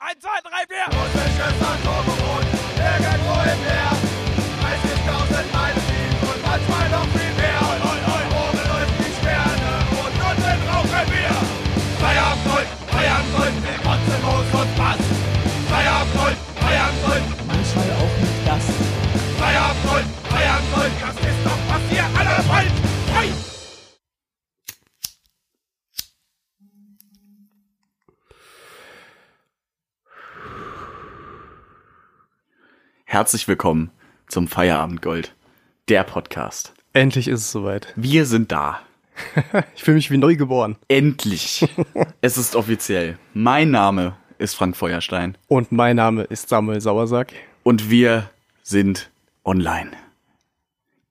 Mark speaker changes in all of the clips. Speaker 1: 1, 2, 3, 4.
Speaker 2: Und bin gestern so gewohnt, irgendwo im Meer. 30.000 Meilen tief und manchmal noch viel mehr. Und oben läuft die Sterne und unten rauchen wir. Feierabend, Feierabend, wir kotzen Moos und Bass. Feierabend, Feierabend,
Speaker 3: Manchmal auch nicht das.
Speaker 2: Feierabend, Feierabend, das ist doch was ihr alle wollt. Frei!
Speaker 4: Herzlich willkommen zum Feierabendgold, der Podcast.
Speaker 5: Endlich ist es soweit.
Speaker 4: Wir sind da.
Speaker 5: Ich fühle mich wie neu geboren.
Speaker 4: Endlich. es ist offiziell. Mein Name ist Frank Feuerstein
Speaker 5: Und mein Name ist Samuel Sauersack.
Speaker 4: und wir sind online.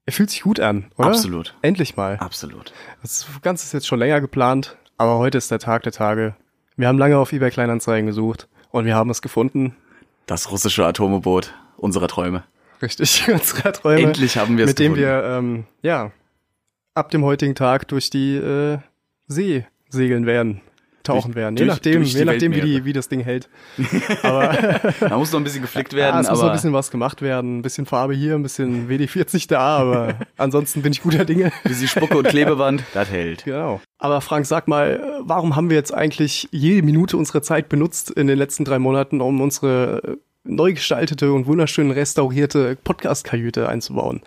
Speaker 5: Er fühlt sich gut an, oder?
Speaker 4: Absolut.
Speaker 5: Endlich mal.
Speaker 4: Absolut.
Speaker 5: Das Ganze ist jetzt schon länger geplant, aber heute ist der Tag der Tage. Wir haben lange auf eBay Kleinanzeigen gesucht und wir haben es gefunden.
Speaker 4: Das russische Atomboot unserer Träume.
Speaker 5: Richtig, unsere Träume.
Speaker 4: Endlich haben wir es
Speaker 5: Mit dem
Speaker 4: gefunden.
Speaker 5: wir, ähm, ja, ab dem heutigen Tag durch die äh, See segeln werden. Tauchen
Speaker 4: Durch-
Speaker 5: werden. Je
Speaker 4: durch-
Speaker 5: nachdem,
Speaker 4: durch die
Speaker 5: je nachdem wie,
Speaker 4: Weltmeere.
Speaker 5: die, wie das Ding hält. Aber
Speaker 4: Da muss noch ein bisschen gepflegt werden,
Speaker 5: ja, es muss
Speaker 4: aber
Speaker 5: noch ein bisschen was gemacht werden. Ein bisschen Farbe hier, ein bisschen WD-40 da, aber ansonsten bin ich guter Dinge.
Speaker 4: wie sie Spucke und Klebeband, das hält.
Speaker 5: Genau. Aber Frank, sag mal, äh, warum haben wir jetzt eigentlich jede Minute unserer Zeit benutzt in den letzten drei Monaten, um unsere äh, neu gestaltete und wunderschön restaurierte Podcast-Kajüte einzubauen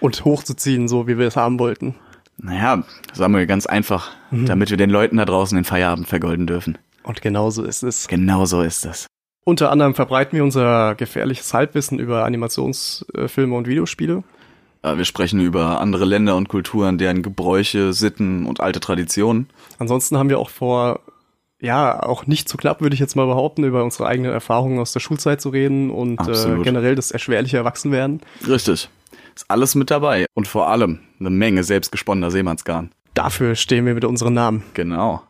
Speaker 5: und hochzuziehen, so wie wir es haben wollten?
Speaker 4: Naja, Samuel, ganz einfach, damit wir den Leuten da draußen den Feierabend vergolden dürfen.
Speaker 5: Und genauso ist es.
Speaker 4: Genau so ist das.
Speaker 5: Unter anderem verbreiten wir unser gefährliches Halbwissen über Animationsfilme und Videospiele.
Speaker 4: Äh, Wir sprechen über andere Länder und Kulturen, deren Gebräuche, Sitten und alte Traditionen.
Speaker 5: Ansonsten haben wir auch vor, ja, auch nicht zu knapp, würde ich jetzt mal behaupten, über unsere eigenen Erfahrungen aus der Schulzeit zu reden und äh,
Speaker 4: Absolut.
Speaker 5: generell das erschwerliche Erwachsenwerden.
Speaker 4: Richtig. Ist alles mit dabei. Und vor allem eine Menge selbstgesponnener Seemannsgarn.
Speaker 5: Dafür stehen wir mit unseren Namen.
Speaker 4: Genau.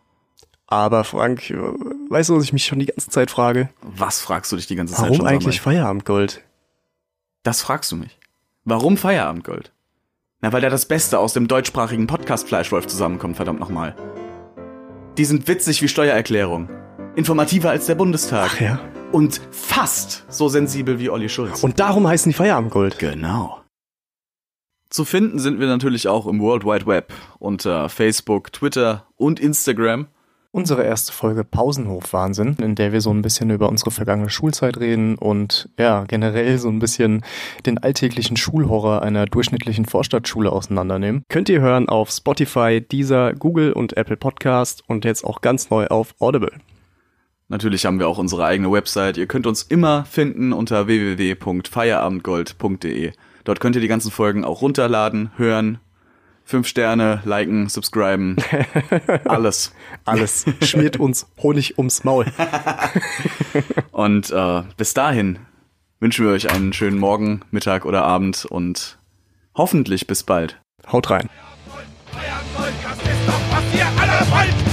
Speaker 5: Aber Frank, äh, weißt du, was ich mich schon die ganze Zeit frage?
Speaker 4: Was fragst du dich die ganze Zeit
Speaker 5: Warum
Speaker 4: schon?
Speaker 5: eigentlich
Speaker 4: Samuel?
Speaker 5: Feierabendgold?
Speaker 4: Das fragst du mich. Warum Feierabendgold? Na, weil da das Beste aus dem deutschsprachigen Podcast Fleischwolf zusammenkommt, verdammt nochmal. Die sind witzig wie Steuererklärung. Informativer als der Bundestag.
Speaker 5: Ach ja.
Speaker 4: Und fast so sensibel wie Olli Schulz.
Speaker 5: Und darum heißen die Feierabendgold.
Speaker 4: Genau. Zu finden sind wir natürlich auch im World Wide Web unter Facebook, Twitter und Instagram.
Speaker 3: Unsere erste Folge Pausenhof-Wahnsinn, in der wir so ein bisschen über unsere vergangene Schulzeit reden und ja, generell so ein bisschen den alltäglichen Schulhorror einer durchschnittlichen Vorstadtschule auseinandernehmen.
Speaker 5: Könnt ihr hören auf Spotify, Deezer, Google und Apple Podcast und jetzt auch ganz neu auf Audible.
Speaker 4: Natürlich haben wir auch unsere eigene Website. Ihr könnt uns immer finden unter www.feierabendgold.de. Dort könnt ihr die ganzen Folgen auch runterladen, hören, fünf Sterne, liken, subscriben, alles.
Speaker 5: Alles schmiert uns Honig ums Maul.
Speaker 4: Und äh, bis dahin wünschen wir euch einen schönen Morgen, Mittag oder Abend und hoffentlich bis bald.
Speaker 5: Haut rein.
Speaker 2: Feierabend, das ist doch was ihr alle wollt.